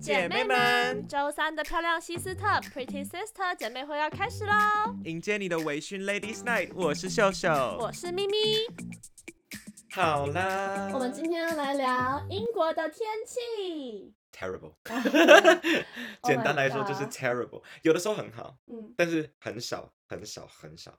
姐妹们，周三的漂亮西斯特 Pretty Sister 姐妹会要开始喽！迎接你的微醺 Ladies Night，我是秀秀。我是咪咪，好啦，我们今天要来聊英国的天 气。 terrible， Oh 简单来说 my 就是 god terrible，有的时候很好，嗯，但是很少很少很少，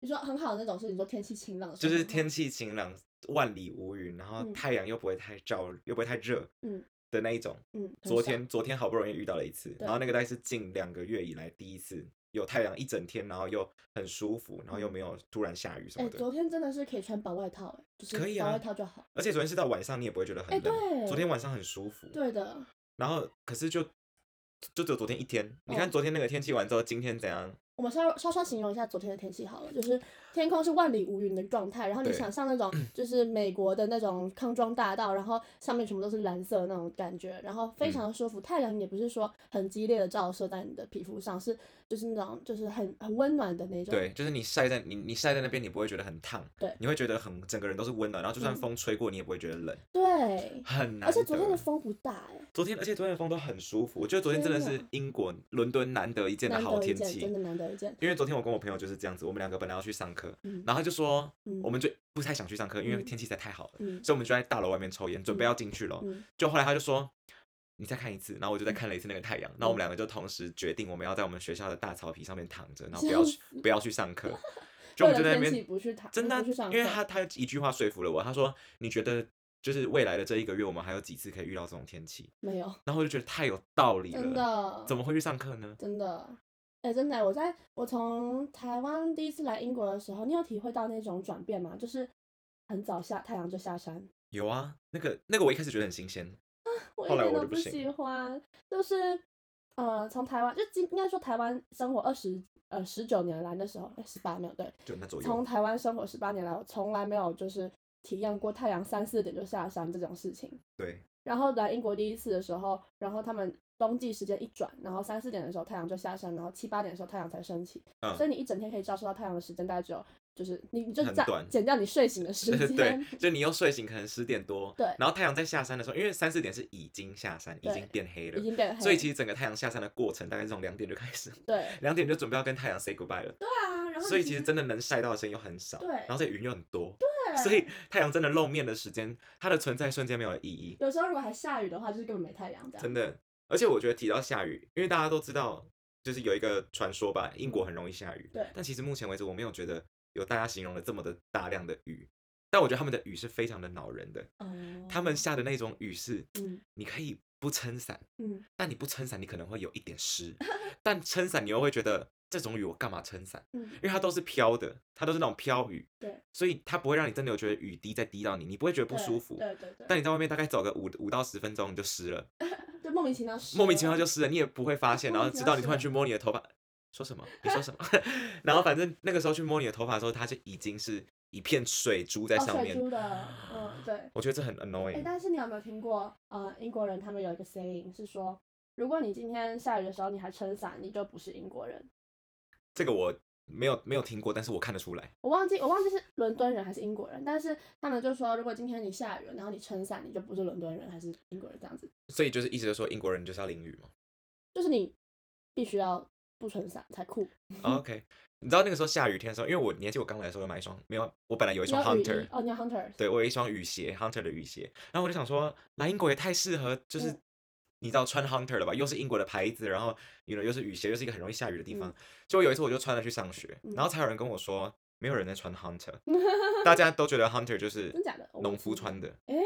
你说很好的那种是你说天气晴朗的时就候，是天气晴朗，万里无云，然后嗯太阳又不会太照，又不会太热，嗯的那一种。嗯，很昨爽天昨天好不容易遇到了一次，对然后那个大概是近两个月以来第一次有太阳一整天，然后又很舒服，然后又没有突然下雨什嗯哎、么的。昨天真的是可以穿薄外套、哎，就是可以薄啊外套就好。而且昨天是到晚上，你也不会觉得很哎冷。对昨天晚上很舒服。对的，然后可是就就只有昨天一天，你看哦昨天那个天气完之后，今天怎样？我们稍稍稍形容一下昨天的天气好了，就是天空是万里无云的状态，然后你对想象那种就是 美国的那种康庄大道，然后上面全部都是蓝色的那种感觉，然后非嗯常舒服。太阳也不是说很激烈的照射在你的皮肤上，是就是那种就是很很温暖的那种。对，就是你晒在你你晒在那边，你不会觉得很烫，对你会觉得很整个人都是温暖，然后就算嗯风吹过，你也不会觉得冷，对，很难。而且昨天的，风不大哎、昨天而且昨天的风都很舒服，我觉得昨天真的天是啊英国伦敦难得一见的欸难好得一天见，真气的。难得一见。因为昨天我跟我朋友就是这样子，我们两个本来要去上课，嗯然后他就说嗯我们就不太想去上课，因为嗯天气实在太好了，嗯所以我们就在大楼外面抽烟，准备嗯要进去了。嗯，就后来他就说，你再看一次，然后我就再看了一次那个太阳，然后我们两个就同时决定，我们要在我们学校的大草皮上面躺着，然后不要去不要去上课， 就我们就在那为了天气边不去躺真的啊、不去上因为课他他一句话说服了我，他说你觉得就是未来的这一个月，我们还有几次可以遇到这种天气？没有，然后我就觉得太有道理真了，的怎么会去上课呢？真的，哎、真的，我在我从台湾第一次来英国的时候，你有体会到那种转变吗？就是很早下太阳就下山， 有啊，那个那个我一开始觉得很新鲜，我后一来点我都就不行喜欢。就是，呃，从台湾就今应该说台湾生活二十呃十九年来的时候，哎十八没有对，就那左从右。台湾生活十八年来，我从来没有就是体验过太阳三四点就下山这种事情。对，然后来英国第一次的时候，然后他们冬季时间一转，然后三四点的时候太阳就下山，然后七八点的时候太阳才升起，嗯所以你一整天可以照射到太阳的时间大概只有就是你你就很在短减掉你睡醒的时间， 对，就你又睡醒，可能十点多，对然后太阳在下山的时候，因为三四点是已经下山，已对经变黑了已，经变黑了，所以其实整个太阳下山的过程大概是从两点就开始，对对两点就准备要跟太阳 say goodbye 了。啊，然后所以你其实真的能晒到的时间又很少，对然后这云又很多，对所以太阳真的露面的时间，它的存在瞬间没有了意义，有时候如果还下雨的话，就是根本没太阳这样，真的。而且我觉得提到下雨，因为大家都知道，就是有一个传说吧，英国很容易下雨，对但其实目前为止，我没有觉得有大家形容的这么的大量的雨，但我觉得他们的雨是非常的恼人的，哦他们下的那种雨是，嗯你可以不撑伞，嗯但你不撑伞，你可能会有一点湿，但撑伞你又会觉得这种雨我干嘛撑伞？嗯因为它都是飘的，它都是那种飘雨，对，所以它不会让你真的有觉得雨滴在滴到你，你不会觉得不对舒服。对对对，但你在外面大概走个五五到十分钟，你就湿了，就莫名其妙湿莫名其妙了就湿了，你也不会 发现，莫然后名其直妙到你湿突然了去摸你的头发，说什么？你说什 么？ 然后反正那个时候去摸你的头发的时候，它就已经是一片水珠在哦上水面。珠的，嗯 对。我觉得这很哎、 annoying。但是你有没有听过，呃，英国人他们有一个 saying 是说，如果你今天下雨的时候你还撑伞，你就不是英国人。这个我没有没有听过，但是我看得出来。我忘记我忘记是伦敦人还是英国人，但是他们就说，如果今天你下雨了，然后你撑伞，你就不是伦敦人还是英国人这样子，所以就是意思就是说英国人就是要淋雨嘛。就是你必须要不撑伞才酷。哦 OK，你知道那个时候下雨天的时候，因为我年纪我刚来的时候有买一双，没有，我本来有一你双要雨衣 Hunter，哦，你要 hunter，对我有一双雨鞋 Hunter 的雨鞋，然后我就想说来英国也太适合，就是、嗯你知道穿 Hunter 了吧，又是英国的牌子，然后你 know 又是雨鞋，又是一个很容易下雨的地方嗯，结果有一次我就穿了去上学，嗯然后才有人跟我说没有人在穿 Hunter，大家都觉得 Hunter 就是真假的哦我没农夫听过穿的，哎、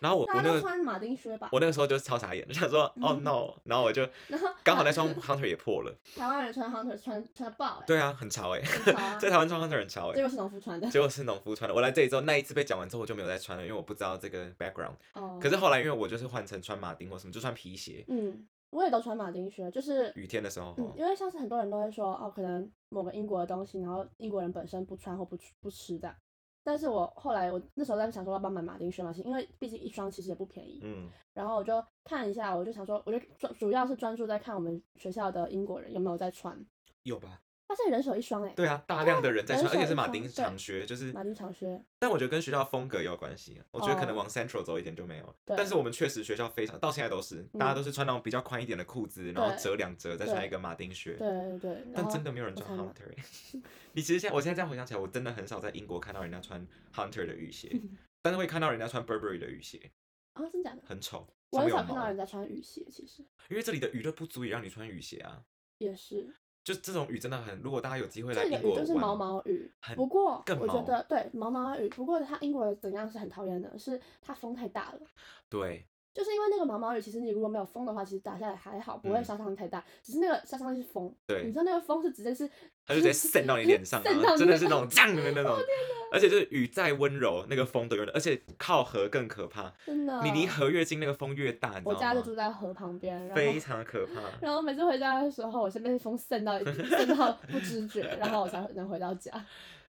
然后我我大家那都个。穿马丁靴吧？我那个时候就是超傻眼的，想说哦嗯 no，然后我就然后刚好那双 Hunter 也破了，台湾人穿 hunter 穿穿爆哎、对啊，很潮哎、很 潮啊在台湾穿 Hunter 很潮哎、结果是农夫穿的。结果是农夫穿的。我来这里之后，那一次被讲完之后，我就没有再穿了，因为我不知道这个 background。哦，可是后来，因为我就是换成穿马丁或什么，就穿皮鞋。嗯，我也都穿马丁靴，就是雨天的哦时候，嗯，因为像是很多人都会说，哦，可能某个英国的东西，然后英国人本身不穿或不吃不吃的。但是我后来我那时候在想说要不要买马丁靴嘛，因为毕竟一双其实也不便宜。嗯，然后我就看一下，我就想说，我就专主要是专注在看我们学校的英国人有没有在穿。有吧？发现人手一双哎、对啊，大量的人在人穿，而且手是一马双丁哦对长靴，就是马丁长靴。但我觉得跟学校风格也有关系，啊我觉得可能哦往 Central 走一点就没有了。对嗯但是我们确实学校非常，到现在都是，大家都是穿那种比较宽一点的裤子，然后对折两折，再穿一对个马丁靴。对对对，然但后真的没有人我穿才买 Hunter 欸。 你其实现在，我现在再回想起来，我真的很少在英国看到人家穿 Hunter 的雨鞋， 但是会看到人家穿 Burberry 的雨鞋，啊，真假的？很丑，我上面很有少看到毛欸人。家穿雨鞋，其实因为这里的雨就不足以让你穿雨鞋啊，也是，就这种雨真的很，如果大家有机会来这里英的雨国就是玩毛毛雨很。不过更我觉毛得对毛毛雨，不过它英国怎样是很讨厌的，是它风太大了。对，就是因为那个毛毛雨，其实你如果没有风的话，其实打下来还好，不嗯会杀伤力太大。只是那个杀伤力是风，对你知道那个风是直接是，它就直接渗到你脸 上，然渗后到真你的是那脸哦种胀的那种，而且就是雨再温柔，那个风都有点，而且靠河更可怕。真的。你离河越近，那个风越大，你知嗯我道家就吗？住在河旁边，然后非常可怕。然后每次回家的时候，我先被风 渗到渗到不知觉，然后我才能回到家。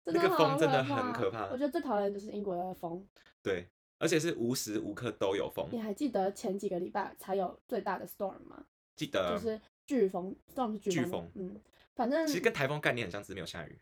真那个好风真的可很可怕嗯我觉得最讨厌的就是英国的风。对，而且是无时无刻都有风你，还记得前几个礼拜才有最大的 storm 吗？记得。就是飓风，storm 是飓嗯飓风嗯，反正其实跟台风概念很相似，没有下雨。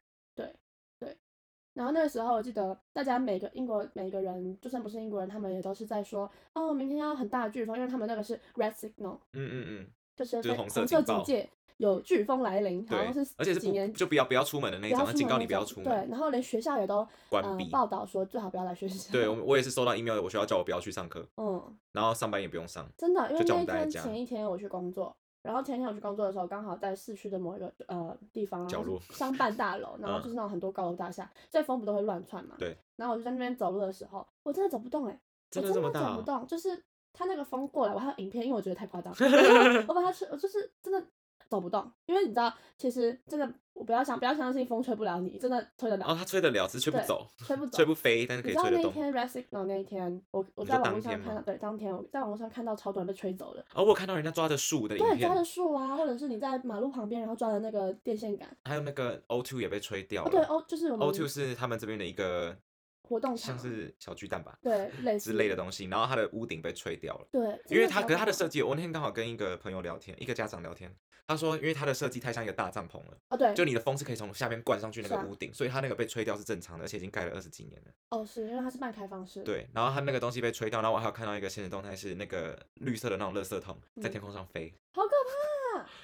然后那个时候，我记得大家每个英国每个人，就算不是英国人，他们也都是在说，哦，明天要很大的飓风，因为他们那个是 red signal，嗯嗯嗯，就是就是非红色色警报警戒，有飓风来临，好像对，而且是几年不就不要不要出门的那一种，他警告你不要出对，门，然后连学校也都关呃闭。报道说最好不要来学校。 对，我我也是收到 email，我学校叫我不要去上课，嗯，然后上班也不用上。真的，因为就叫我那一们待在天家前一天我去工作，然后前一天我去工作的时候，刚好在市区的某一个呃地方，角然后落嗯是商办大楼，然后就是那种很多高楼大厦，所以风不都会乱窜嘛。对。然后我就在那边走路的时候，我真的走不动哎、真我的这真么的大走啊不？动，就是它那个风过来，我还有影片，因为我觉得太 夸张，然后我把它吹，我就是真的走不动，因为你知道，其实真的我不要想不要相信风吹不了你，真的吹得然后了，他吹得了，只是吹不对走，吹不走，哦吹不飞，但是可你以知道吹那得一动。天 Red Signal 那一天，我我你在说网当络上天看吗到，对，当天我在网络上看到超多人被吹走了，哦，我有看到人家抓着树的影对，抓着片，树啊，或者是你在马路旁边，然后抓着那个电线杆。还有那个 O2 也被吹掉哦，对，了。哦，就是我们 O2 是他们这边的一个活动像场，是小巨蛋吧，对，类之似类的东西，然后它的屋顶被吹掉了。对，因为它它，可是它的设计，计，我那天刚好跟一个朋友聊天，一个家长聊天，他说，因为它的设计太像一个大帐篷了，哦，对，就你的风是可以从下面灌上去那个是啊屋顶，所以它那个被吹掉是正常的，而且已经盖了二十几年了。哦，是因为它是半开放式，，对，然后它那个东西被吹掉，然后我还有看到一个现实动态是那个绿色的那种垃圾桶在嗯天空上飞，好可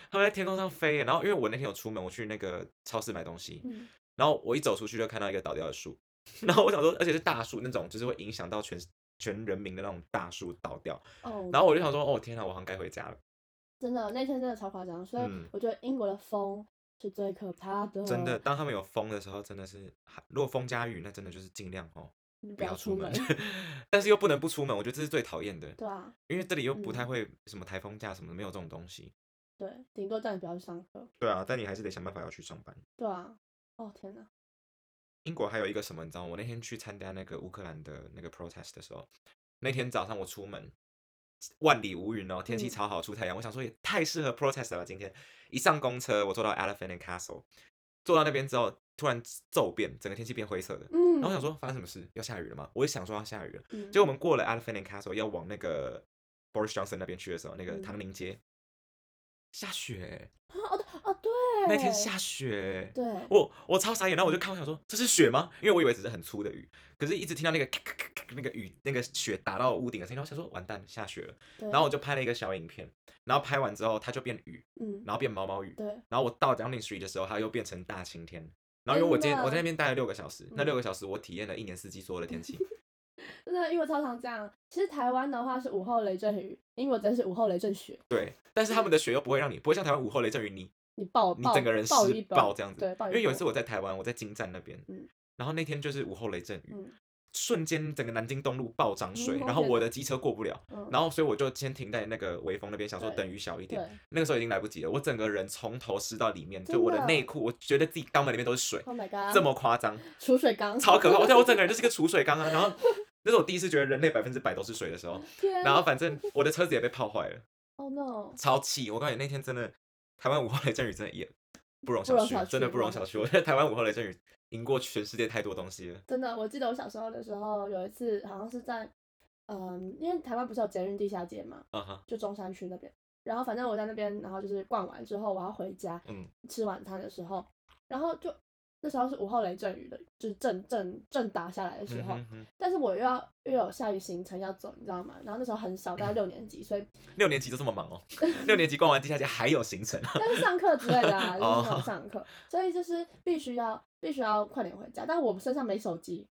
它们在天空上飞耶。然后因为我那天有出门，我去那个超市买东西，怕，嗯，然后我一走出去就看到一个倒掉的树， 然后我想说，而且是大树那种，就是会影响到全全人民的那种大树倒掉。哦，然后我就想说，哦天哪，我好像该回家了。真的那天真的超夸张，所以嗯我觉得英国的风是最可怕的，真的，，当他们有风的时候，真的是，如果风加雨，那真的就是尽量哦不不要要出门门，， 但是又不能不出门，我觉得这是最讨厌的。对啊，因为这里又不太嗯会什么台风假什么的，没有这种东西。对，顶多叫你不要去上课，对啊，但你还是得想办法要去上班。对啊，哦天哪，英国还有一个什么，你知道吗？我那天去参加那个乌克兰的那个 protest 的时候，那天早上我出门，万里无云哦，天气嗯超好，出太阳。我想说也太适合 protest 了吧。今天一上公车，我坐到 Elephant and Castle，坐到那边之后，突然骤变，整个天气变灰色的。嗯，然后我想说发生什么事，要下雨了吗？我也想说要下雨了。嗯，就我们过了 Elephant and Castle 要往那个 Boris Johnson 那边去的时候，那个嗯唐宁街下雪，欸哦对哦对，那天下雪，欸对，我我超傻眼，然后我就看我想说这是雪吗？因为我以为只是很粗的雨，可是一直听到那个咔咔咔咔那个雨那个雪打到屋顶的声音，然后我想说完蛋下雪了，对然后我就拍了一个小影片，然后拍完之后它就变雨，嗯，然后变毛毛雨，对，然后我到 Downing Street 的时候它又变成大晴天。然后因为我今天真的我在那边待了六个小时，那嗯六个小时我体验了一年四季所有的天气，真的，英国超常这样。其实台湾的话是午后雷阵雨，英国真是午后雷阵雪，对，但是他们的雪又不会让你不会像台湾午后雷阵雨你你爆你爆整个人湿暴雨一爆这样子。对，暴雨因为有一次包我在台湾，我在金站那边，嗯然后那天就是午后雷阵雨，嗯瞬间整个南京东路暴涨水，嗯我然后觉我得的机车过不了，嗯，然后所以我就先停在那个微风那边，想说对等雨小一点。对那个时候已经来不及了，我整个人从头湿到里面，就真我的的内裤，我觉得自己肛门里面都是水， ，Oh my god，这么夸张， 储水缸，超可怕！我对我整个人就是个储水缸啊。然后 那是我第一次觉得人类百分之百都是水的时候，天，然后反正我的车子也被泡坏了。 Oh no，超气！我告诉你，那天真的台湾午后雷阵雨真的也不容不小容觑，小真的觑嗯不不容容小小觑。我觉得台湾午后雷阵雨赢过全世界太多东西了。真的，我记得我小时候的时候有一次，好像是在嗯，因为台湾不是有捷运地下街嘛，啊哈，就中山区那边。然后反正我在那边，然后就是逛完之后，我要回家嗯，吃晚餐的时候，然后就那时候是午后雷阵雨的，就是正正正打下来的时嗯候，哼哼但是我又要又有下雨行程要走，你知道吗？然后那时候很小，大概六年 级，所以六年级就这么忙哦，六年级逛完地下街还有行程， 但是上课之类的啊，就是那哦种上课，所以就是必须要必须要快点回家。但我身上没手机，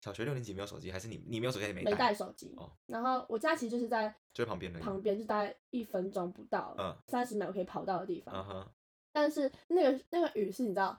小学六年级没有手机，还是你你没有手机还是没没带带？手机哦，然后我家其实就是在就在旁边而已。旁边，就大概一分钟不到嗯，三十秒可以跑到的地嗯方。哼，但是那个那个雨是你知道，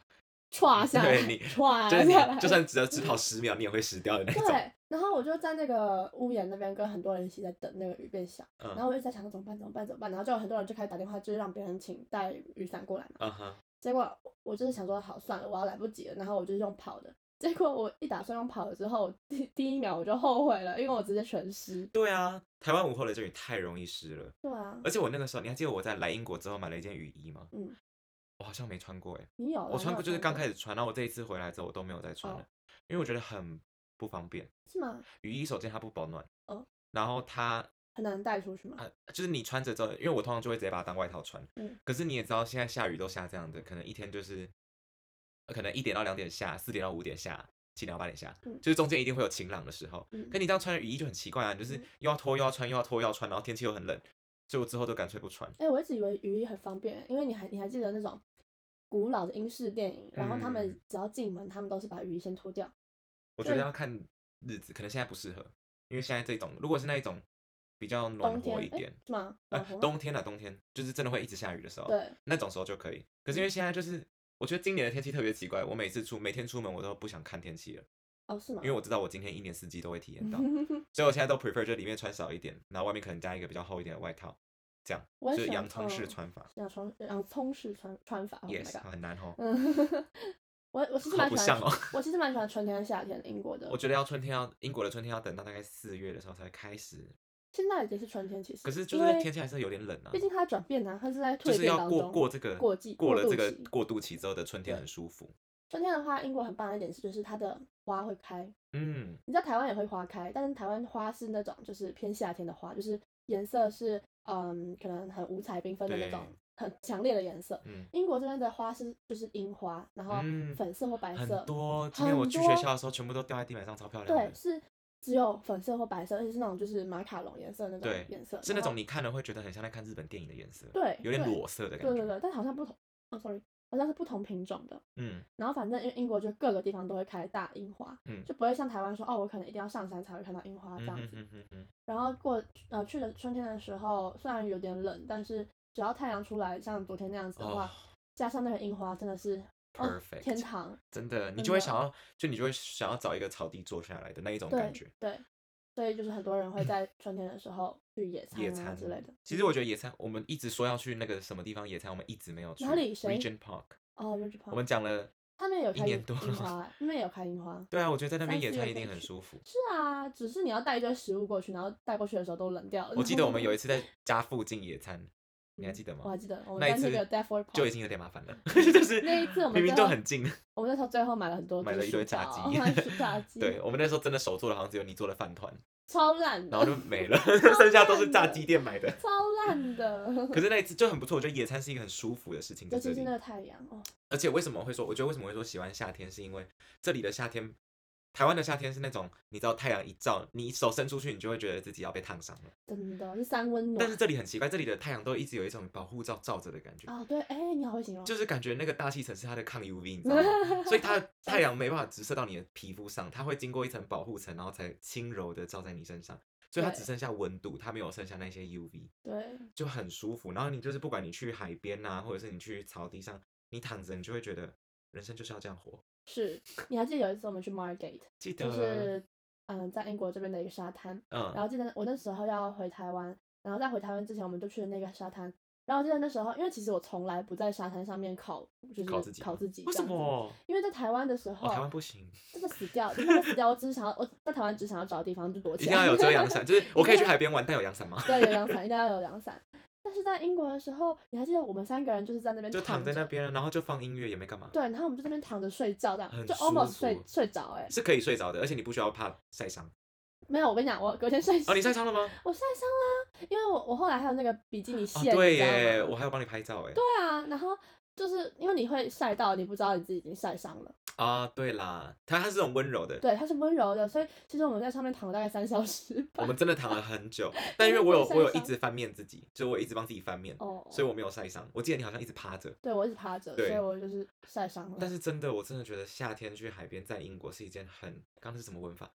歘下来对，你歘就是下来，你就算只要只跑十秒，你也会湿掉的那种。啊对，然后我就在那个屋檐那边跟很多人一起在等那个雨变小，嗯然后我一直在想说怎么办怎么办怎么办，然后就有很多人就开始打电话，就是让别人请带雨伞过来嘛。嗯哼，结果我就是想说好算了，我要来不及了，然后我就是用跑的。 结果我一打算用跑了之后，我第第一秒我就后悔了，因为我直接全湿。对啊，台湾午后雷阵雨太容易湿了，对啊，而且我那个时候，你还记得我在来英国之后买了一件雨衣吗？嗯，我好像没穿过哎，你有啦我穿过就是刚开始始穿，然后我这一次回来之后我都没有再穿哦了，因为我觉得很不方便。是吗？雨衣首先它不保暖，哦然后它很难带出去吗？啊，就是你穿着之后，因为我通常就会直接把它当外套穿。嗯可是你也知道，现在下雨都下这样的，可能一天就是，呃可能一点到两点下，四点到五点下，七点到八点下，嗯就是中间一定会有晴朗的时候。嗯可你这样穿着雨衣就很奇怪啊，你就是嗯又要脱又要穿又要脱又要穿，然后天气又很冷，所以我之后都干脆不穿。哎、我一直以为雨衣很方便，因为你还你还记得那种古老的英式电影，然后他们嗯只要进门，他们都是把雨衣先脱掉。我觉得对要看日子，可能现在不适合，因为现在这种如果是那一种比较暖嗯冬天和一诶点，是吗？啊，暖和吗冬天啊冬天，就是真的会一直下雨的时候，对，嗯那种时候就可以。可是因为现在就是，我觉得今年的天气特别奇怪，我每次出每天出门我都不想看天气了，哦，是吗？因为我知道我今天一年四季都会体验到，嗯所以我现在都 prefer 就里面穿少一点，然后外面可能加一个比较厚一点的外套，这样 我就也是喜欢洋葱式嗯穿法。洋葱洋葱式穿穿法。Oh my Yes， god 很难哦， 嗯，我我其实好蛮不喜欢像哦，我其实蛮喜欢春天、夏天的英国的我。觉得要春天要英国的春天要等到大概四月的时候才开始，现在已经是春天，其实可是就因是为天气还是有点冷啊毕，竟它转变啊，它是在就蜕是变要当过中。过这个过季过过了渡这个期过渡期之后的春天对很舒服，春天的话，英国很棒的一点是，就是它的花会开。嗯。你知道台湾也会花开，但是台湾花是那种就是偏夏天的花，就是颜色是嗯，可能很五彩缤纷的那种对很强烈的颜色。嗯英国这边的花是就是樱花，然后嗯粉色或白很色，多，今天我很去学多校的时候，全部都掉在地板上，超漂亮的。对，是只有粉色或白色，而且是那种就是马卡龙颜色那种对颜色，是那然后种你看了会觉得很像在看日本电影的颜色，对有点对裸色的感觉。对对对，但好像不同，哦，sorry，好像是不同品种的。嗯，然后反正因为英国就各个地方都会开大樱花，嗯就不会像台湾说哦，我可能一定要上山才会看到樱花这嗯样哼子。哼哼哼然后过呃去了春天的时候，虽然有点冷，但是只要太阳出来，像昨天那样子的话，哦加上那个樱花，真的是哦 Perfect 天堂。真的，你真就会的想要，就你就会想要找一个草地坐下来的那一种对感觉。对，所以就是很多人会在春天的时候去野餐野啊餐之类的。其实我觉得野餐，我们一直说要去那个什么地方野餐，我们一直没有去。哪里谁 Regent Park，哦 r i d g e 我们讲了。他们也有一开年樱多樱了 花欸，他们也有开樱花。对啊，我觉得在那边三野四月餐一可以定很去舒服。是啊，只是你要带一堆食物过去，然后带过去的时候都冷掉了。我记得我们有一 次，次在家附近野餐，你还记得吗我还？记得我们那一在那次个 d a f f o r d 就已经有点麻烦了， 就是那一次我们明明最都后很近，我们那时候最后买了很多，买了一堆炸鸡 买了炸鸡，对，我们那时候真的手做的，好像只有你做的饭团，超烂的，然后 就没了，剩下都是炸鸡店买的。超烂的，可是那一次就很不错，我觉得野餐是一个很舒服的事情，在尤这其是里那。个太阳哦，而且为什么会说，我觉得为什么会说喜欢夏天，是因为这里的夏天，台湾的夏天是那种你知道太阳一照，你手伸出去，你就会觉得自己要被烫伤了。真的是三温但暖是这里很奇怪，这里的太阳都一直有一种保护罩罩着的感觉，啊、对，哎、你好会形容，就是感觉那个大气层是它的抗 UV，你知道吗？所以 它的太阳没办法直射到你的皮肤上，它会经过一层保护层，然后才轻柔的照在你身上，所以它对只剩下温度，它没有剩下那些 UV，对，就很舒服。然后你就是不管你去海边啊，或者是你去草地上，你躺着，你就会觉得人生就是要这样活。是，你还记得有一次我们去 Margate，记得，就是嗯、在英国这边的一个沙滩，然嗯，后记得我那时候要回台湾，然后在回台湾之前，我们就去了那个沙滩。然后记得那时候，因为其实我从来不在沙滩上面烤，就是靠自己吗，烤自己为这什样子么？因为在台湾的时候，哦，台湾不行，真的死掉，真的死掉。我只是想要，我在台湾只想要找地方就躲一起定来。要有遮阳伞。就是我可以 去定要海边玩，但有阳伞吗？对，有阳伞，一定要有阳伞。但是在英国的时候，你还记得我们三个人就是在那边就躺在着那，边，然后就放音乐，也没干嘛，对，然后我们就在那边躺着睡觉，这样很就舒 almost 睡服睡着、欸，是可以睡着的，而且你不需要怕晒伤。没有，我跟你讲，我隔天晒哦，你晒伤了吗？我晒伤啦，因为我我后来还有那个比基尼哦，线，对啊你知道吗耶，我还有帮你拍照哎。对啊，然后就是因为你会晒到，你不知道你自己已经晒伤了。啊，对啦，他他是这种温柔的。对，啊它是温柔的，所以其实我们在上面躺了大概三小时吧。我们真的躺了很 久，但因为真的我有晒我有一伤直翻面自己，就我一直帮自己翻面，哦，所以我没有晒伤。我记得你好像一直趴着，对我一直趴着，所对以我就是晒伤了。但是真的，我真的觉得夏天去海边，在英国是一件很，刚刚是什么文法？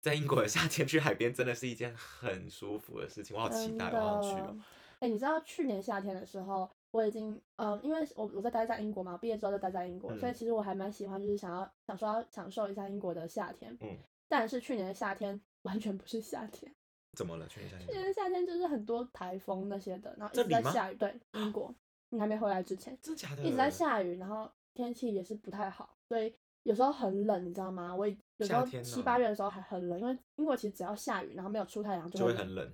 在英国的夏天去海边真的是一件很舒服的事情，我好期真待，的，我好想去哦。哎、你知道去年夏天的时候，我已经呃，因为我我在待在英国嘛，毕业之后就待在英国，所以嗯其实我还蛮喜欢，就是想要想说要享受一下英国的夏天。嗯。但是去年的夏天完全不是夏天，怎么了？去年夏天去怎么年了？的夏天就是很多台风那些的，然后一这直里在吗嗯下雨。对，英国，你还没回来之前。真假的？一直在。下雨，然后天气也是不太好，所以有时候很冷，你知道吗？我有时夏候天七哦八月的时候还很冷，因为英国其实只要下雨，然后没有出太阳就会会很冷，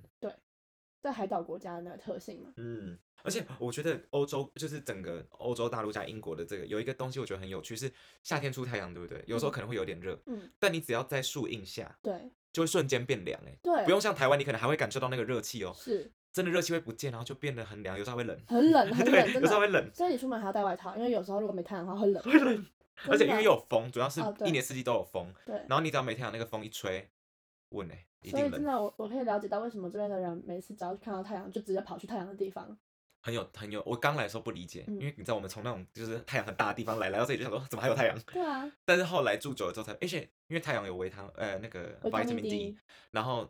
在海岛国家的那个特性嘛。嗯，而且我觉得欧洲就是整个欧洲大陆加英国的这个有一个东西，我觉得很有趣，是夏天出太阳，对不对？有时候嗯可能会有点热，嗯，但你只要在树荫下，对就会瞬间变凉，哎，对，不用像台湾，你可能还会感受到那个热气哦，是真的热气会不见，然后就变得很凉，有时候还会冷，很冷 很 对，冷，真有时候的。会冷，所以你出门还要带外套，因为有时候如果没太阳的话会冷。会冷，而且因为真的有风，主要是哦对一年四季都有风，对，然后你只要每天有那个风一吹，问哎，一所以定真冷，的我我可以了解到为什么这边的人每次只要看到太阳就直接跑去太阳的地方。很有很有，我刚来的时候不理解，因嗯为你知道我们从那种就是太阳很大的地方来，来到这里就想说怎么还有太阳，对啊，但是后来住久了之后才，而且因为太阳有维他呃那个维他 vitamin 命 D， D，然后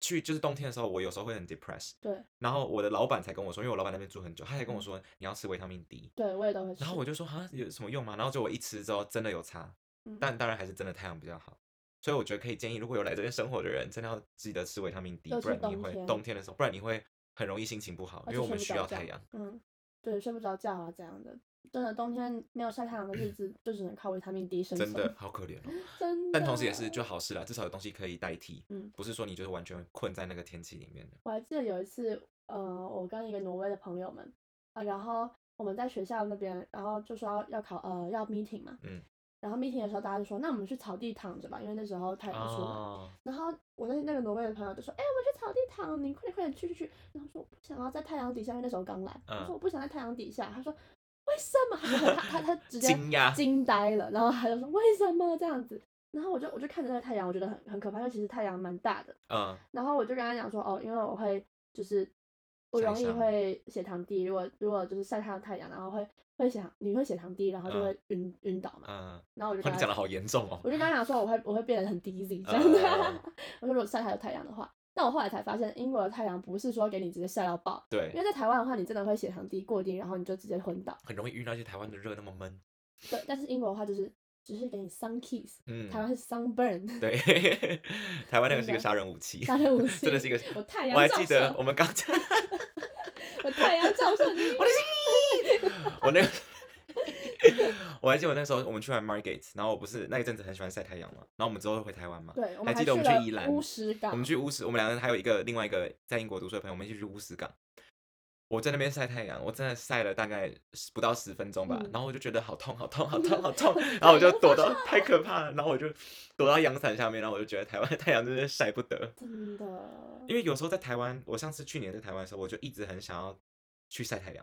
去就是冬天的时候，我有时候会很 depressed，对嗯然后我的老板才跟我说，因为我老板那边住很久，他才跟我说你要吃维他命 D，对，我也都会吃。然后我就说哈有什么用吗？然后就我一吃之后真的有差，嗯但当然还是真的太阳比较好。所以我觉得可以建议，如果有来这边生活的人，真的要记得吃维他命 D，尤不其然你冬会天冬天的时候，不然你会很容易心情不好，而因且为我睡们不需着要觉太阳。嗯，对，睡不着觉啊这样的。真的，冬天没有晒太阳的日子，就只能靠维他命 D 生存。 真的，好可怜哦。真的。但同时也是就好事啦，至少有东西可以代替，啊嗯不是说你就是完全困在那个天气里面的。我还记得有一次，呃，我跟一个挪威的朋友们啊，然后我们在学校那边，然后就说要要考呃要 meeting 嘛，嗯，然后 meeting 的时候大家就说，那我们去草地躺着吧，因为那时候太阳出来。哦，然后我那那个挪威的朋友就说：“哎、我们去草地躺，你快点快点去去去。”然后我说：“我不想要在太阳底下，因为那时候刚来。我嗯说：“我不想在太阳底下。”他说：“为什么？”他他他他直接惊讶惊呆了，然后他就说：“为什么这样子？”然后我就我就看着那个太阳，我觉得很很可怕，因为其实太阳蛮大的。嗯，然后我就跟他讲说：“哦，因为我会就是我晒容易伤会血糖低，如果如果就是晒太阳太阳，然后会会血糖你会血糖低，然后就嗯会晕、晕倒嘛。嗯，然后我就哇，跟你他讲的好严重哦我。就跟他讲说我会我会变得很 dizzy 这样子，嗯 我说如果晒太有太阳的话，但我后来才发现英国的太阳不是说给你直接晒到爆，因对，为在台湾的话你真的会血糖低过低，然后你就直接昏倒。很容易遇到一些台湾的热那么闷。对，但是英国的话就是只是给你 sun kiss，嗯，台湾是 sun burn，对，台湾那个是一真个的杀人武器，杀人武 器真的是一个。我太阳我还照记得射我们刚 才，我太阳照射你，我的 我那个，我还记得我那时候我们去玩 Margate，然后我不是那一阵子很喜欢晒太阳嘛，然后我们之后会回台湾嘛，对，我还们记得我们去了宜兰乌石港，我们去乌石，我们两个人还有一个另外一个在英国读书的朋友，我们一起去乌石港。我在那边晒太阳，我真的晒了大概十不到十分钟吧，嗯然后我就觉得好痛，好痛，好 痛，好痛，然后我就躲到太可怕了，然后我就躲到阳伞下面，然后我就觉得台湾的 太阳真的是晒不得，真的，因为有时候在台湾，我上次去年在台湾的时候，我就一直很想要去晒太阳，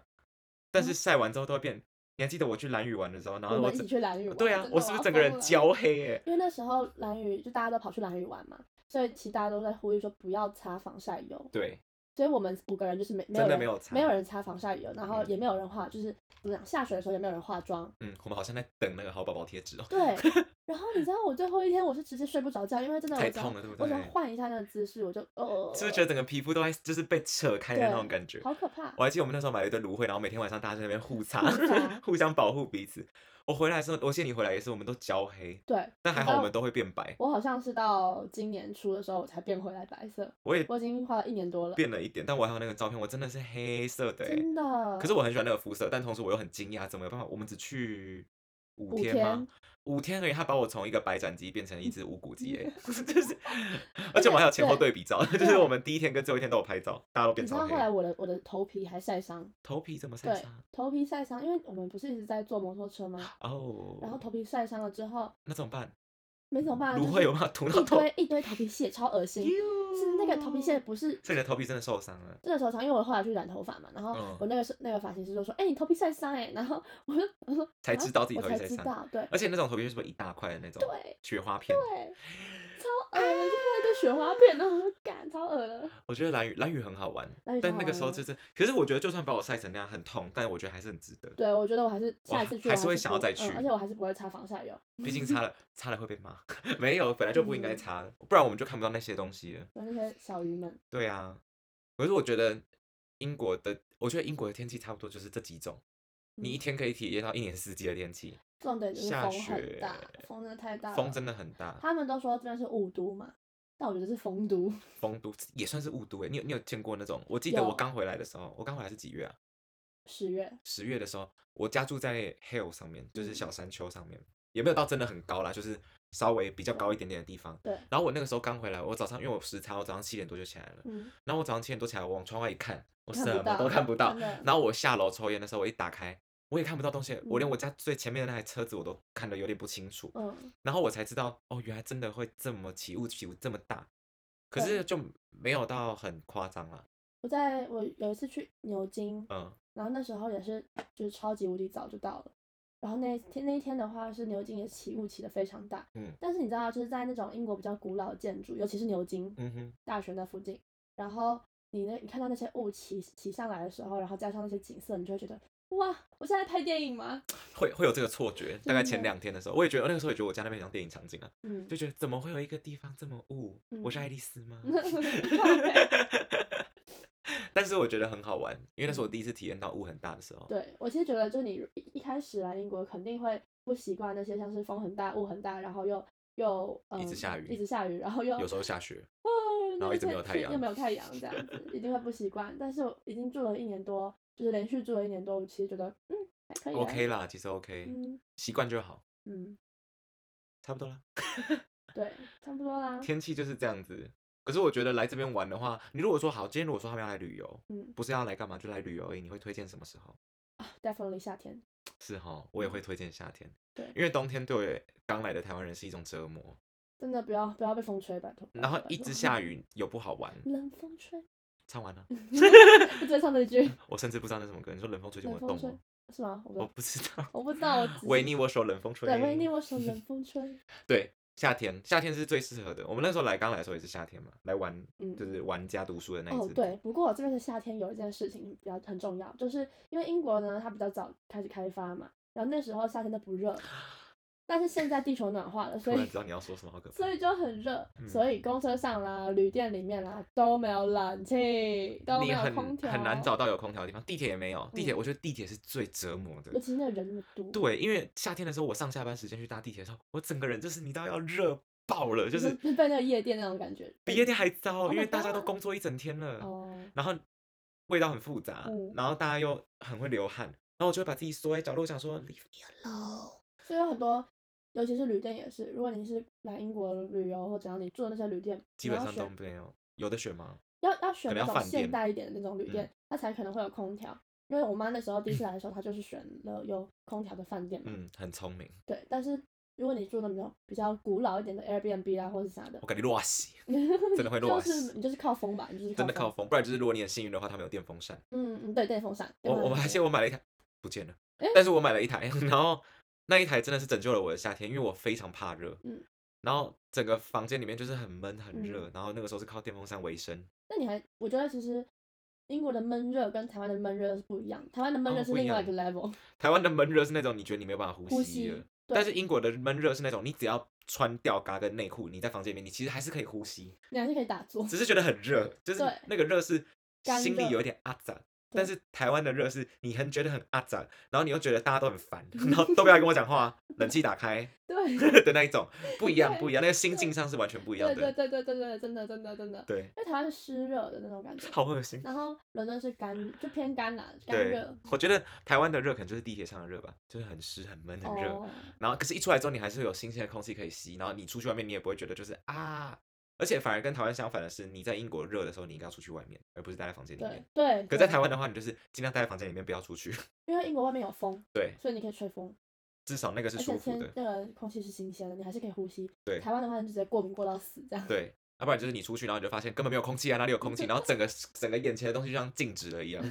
但是晒完之后都会变，你还记得我去蓝屿玩的时候，然后嗯我们一整起去蓝屿玩，对啊真，的哦我是不是整个人？要疯了焦黑耶、因为那时候蓝屿就大家都跑去蓝屿玩嘛，所以其实大家都在呼吁说不要擦防晒油。对，所以我们五个人就是没没有真的人没有擦没有人擦防晒油，然后嗯也没有人化，就是怎么讲下水的时候也没有人化妆。嗯，我们好像在等那个好宝宝贴纸哦， 对，然后你知道我最后一天我是直接睡不着觉，因为真的我太只要痛了对不我只要对换一下那个姿势，我就呃，是不是觉得整个皮肤都在就是被扯开的那对种感觉？好可怕？我还记得我们那时候买了一堆芦荟，然后每天晚上大家在那边互擦互 擦，互相保护彼此。我回来的时候，我记得你回来也是，我们都焦黑，对，但还好我们都都会变白，我好像是到今年初的时候我才变回来白色，我也我已经花了一年多了，变了一点，但我还有那个照片，我真的是黑色的、欸。真的。可是我很喜欢那个肤色，但同时我又很惊讶，怎么有办法？我们只去五五天吗？五天而已，他把我从一个白斩鸡变成一只无骨鸡、 欸，就是，而且我们还有前后对比照，就是我们第一天跟最后一天都有拍照，大家都你变知道超黑后，来我的我的头皮还晒伤，头皮这么晒对伤，头皮晒伤，因为我们不是一直在坐摩托车吗？哦，然后头皮晒伤了之后，那怎么办？没什么办法，芦啊就荟是有办法涂到一头， 堆一堆头皮屑，超恶心。是那个头皮屑不是所以你的头皮真的受伤了。真的受伤，因为我后来去染头发嘛，然后嗯我那个是那个发型师就说：“哎、你头皮晒伤哎。”然后我就我说才啊知道自己我头皮才晒知伤道，对而且那种头皮屑是不是一大块的那种？对，雪花片。对，超恶的，就看到一堆雪花片，然后我就赶超恶的。我觉得蓝雨蓝雨很好玩蓝屿，但超那好个时候玩啊就是，可是我觉得就算把我晒成那样很痛，但我觉得还是很值得。对，我觉得我还是哇下一次去我还是会不想要再去嗯而且我还是不会擦防晒油，毕竟擦了擦了会被骂， 没有，本来就不应该嗯擦的，不然我们就看不到那些东西了。有那些小鱼们。对啊，可是我觉得英国的，我觉得英国的天气差不多就是这几种，你一嗯天可以体验到一年四季的天气，重点就是下风很雪大，风真的太大了。风真的很大，他们都说这边是雾都嘛，但我觉得是风都。风都也算是雾都诶。欸你有你有见过那种？我记得我有刚回来的时候，我刚回来是几月啊？十月，十月的时候，我家住在 hill 上面，就是嗯小山丘上面，也没有到真的很高啦，就是稍微比较高一点点的地方。对，然后我那个时候刚回来，我早上因为我时差，我早上七点多就起来了。嗯，然后我早上七点多起来，我往窗外一看，我看什不么到都看不到真的。然后我下楼抽烟的时候，我一打开，我也看不到东西，我连嗯我家最前面的那台车子我都看得有点不清楚。嗯，然后我才知道，哦，原来真的会这么起雾，起雾这么大。可对是就没有到很夸张啦，我在我有一次去牛津，嗯，然后那时候也是就是超级无敌早就到了。然后那一天那一天的话是牛津也起雾起的非常大，嗯但是你知道就是在那种英国比较古老的建筑，尤其是牛津，嗯哼，大学那附近，然后你那你看到那些雾起起上来的时候，然后加上那些景色，你就会觉得哇，我现在在拍电影吗？会会有这个错觉。大概真前的两天的时候，我也觉得那个时候也觉得我家那边像电影场景啊，嗯， 就觉得怎么会有一个地方这么雾？我是嗯爱丽丝 吗？对但是我觉得很好玩，因为那嗯是我第一次体验到雾很大的时候。对我其实觉得，就你一一开始来英国肯定会不习惯那些像是风很大、雾很大，然后又又、嗯、直下雨一直下雨，然后又有时候下 雪，啊然后一直那没有天太天阳又没有太阳，这样子一定会不习惯。但是我已经住了一年多，就是连续住了一年多，我其实觉得嗯还可以啊 OK 啦，其实 OK，嗯习惯就好，嗯，差不多啦。对，差不多啦，天气就是这样子。可是我觉得来这边玩的话，你如果说好，今天如果说他们要来旅游，嗯不是要来干嘛，就来旅游而已，你会推荐什么时候？啊，definitely 夏天。是哈，我也会推荐夏天，嗯对因为冬天对我刚来的台湾人是一种折磨，真的不要不要被风吹，拜托。拜然后托一直，下雨又不好玩。拜托冷风 吹。 唱完了，我最唱那句，我甚至不知道那什么歌，你说冷风吹进冷我的风洞吹吗？是吗？我不我知道不知道。 我不知道，我只是维尼，我手冷风吹。对维尼，我说冷风吹。对，夏天，夏天是最适合的。我们那时候来刚来的时候也是夏天嘛，来玩、嗯就是玩家读书的那一哦次。，对，不过这边的夏天有一件事情比较很重要，就是因为英国呢，它比较早开始开发嘛，然后那时候夏天都不 热，但是现在地球暖化了，突所然以知道你要说什么，好嗯可怕。 所以就很热，所以公车上啦、旅店里面啦都没有冷气，都没你有很空调，很难，找到有空调的地方，地铁也没有。地铁，嗯我觉得地铁是最折磨的尤。其那人那么多，对，因为夏天的时候，我上下班时间去搭地铁的时候，我整个人就是你到要热爆了，就就是是被那个夜店那种感觉，比夜店还糟，嗯 Oh 因为 my 大家都 God 工作一整天了，哦。然后味道很复杂嗯，然后大家又很会流汗，然后我就会把自己缩在角落，想说 leave me alone。所以有很多，尤其是旅店也是，如果你是来英国旅游或怎样，你住的那些旅店，基你本要上都选嗯没有，有的选吗？要要选可能那要种饭现店嗯代一点的那种旅店，它才可能会有空调。因为我妈那时候第一次来的时候，她就是选了有空调的饭店嘛，嗯，很聪明，对。但是如果你住那种比较古老一点的 Airbnb 啊，或者啥的我，感觉落死。哦真的会 就乱是你就是靠风吧，你就是真的靠风。风，不然就是如果你很幸运的话，他们有电风扇。嗯嗯，对，电风扇。我电我风们还扇记得我买了一台，不见了诶，但是我买了一台，然后那一台真的是拯救了我的夏天，因为我非常怕热，嗯然后整个房间里面就是很闷很嗯热，然后那个时候是靠电风扇为生，那你还，我觉得其实英国的闷热跟台湾的闷热是不一样，台湾的闷哦热是不一另外一个样 level， 台湾的闷热是那种你觉得你没有办法呼呼吸吸的，。但是英国的闷热是那种你只要穿吊嘎跟内裤，你在房间里面你其实还是可以呼吸，你还是可以打坐。 只是觉得很热，就是对那个热是干心热里有一点阿杂。但是台湾的热是你很觉得很阿杂，然后你又觉得大家都很 烦，然后都不要跟我讲话，啊冷气打开对， 的那一种，不一样对不一样，那个心境上是完全不一样对对的。对对对对，真的真的真的，对，因为台湾是湿热的那种感觉，好恶心。然后伦敦是干，就偏干啦，干对热。，我觉得台湾的热可能就是地铁上的热吧，就是很湿、很闷、很热。哦，然后可是，一出来之后，你还是有新鲜的空气可以吸，然后你出去外面，你也不会觉得就是啊。而且反而跟台湾相反的是，你在英国热的时候，你应该要出去外面，而不是待在房间里对面。对。可在对台湾的话，你就是尽量待在房间里面，不要出去。因为英国外面有风，对，所以你可以吹风。至少那个是而且舒服天的。那个空气是新鲜的，你还是可以呼吸。对台湾的话你就直接过敏过到死这样。对，啊要不然就是你出去，然后你就发现根本没有空气啊，哪里有空气？然后整个整个眼前的东西就像静止了一 样。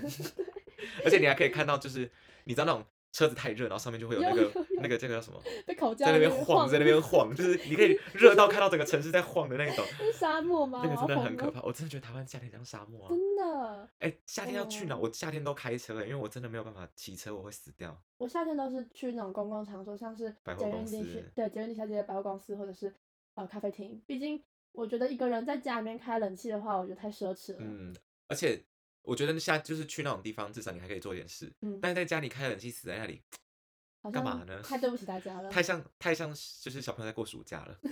而且你还可以看到，就是你知道那种车子太热，然后上面就会有那有个有有那个这个叫什么， 被口罩在那边晃，晃，在那边晃，就是你可以热到看到整个城市在晃的那种。 是沙漠吗？那个我要真的很疯可了怕，我真的觉得台湾夏天像沙漠啊！真的，哎、夏天要去哪？哦我夏天都开车、欸，因为我真的没有办法骑车，我会死掉。我夏天都是去那种公共场所，像是百货捷运公地司区，对捷运地下街的百货公司，或者是呃咖啡厅。毕竟我觉得一个人在家里面开冷气的话，我觉得太奢侈了。嗯，而且我觉得夏就是去那种地方，至少你还可以做点事。嗯但是在家里开冷气死在那里，好干像嘛呢太对不起大家了。太像太像就是小朋友在过暑假了。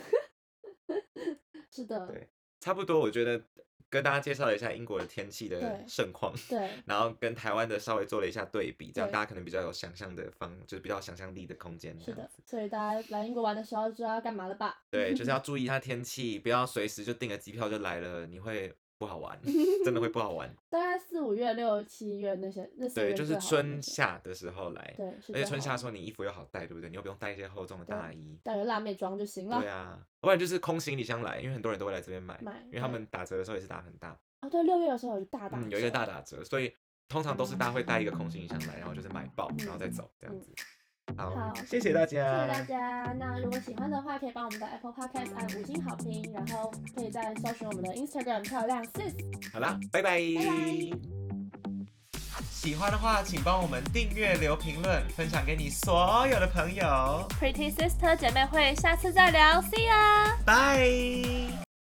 是的，对差不多，我觉得跟大家介绍了一下英国的天气的对盛况，对然后跟台湾的稍微做了一下对比，这样对大家可能比较有想象的方，就是比较有想象力的空间。是的，，所以大家来英国玩的时候知道要干嘛了吧？对， 就是要注意一下天气，不要随时就订了机票就来了，你会不好 玩，真的会不好玩。大概四五月、六七月那些，那四五对，月就最是好玩春的时夏的时候来，候，对，是而且最春夏好的玩时候你衣服又好带，对不对？你又不用带一些厚重的对大衣。带个辣妹装就行了。对啊，要不然就是空行李箱来，因为很多人都会来这边买，买因为他对们打折的时候也是打很大，哦，对，六月的时候有一个大打、嗯，有一个大，打折，所以通常都是大家会带一个空行李箱来，然后就是买爆，然后再走这样子。好嗯好，谢谢大谢谢家，大家。那如果喜欢的话，可以帮我们的 Apple Podcast 按五星好评，然后可以再搜寻我们的 Instagram 漂亮 sis。好啦，拜拜。拜喜欢的话，请帮我们订阅、留评论、分享给你所有的朋友， Pretty Sister 姐妹会，下次再聊，See ya。拜。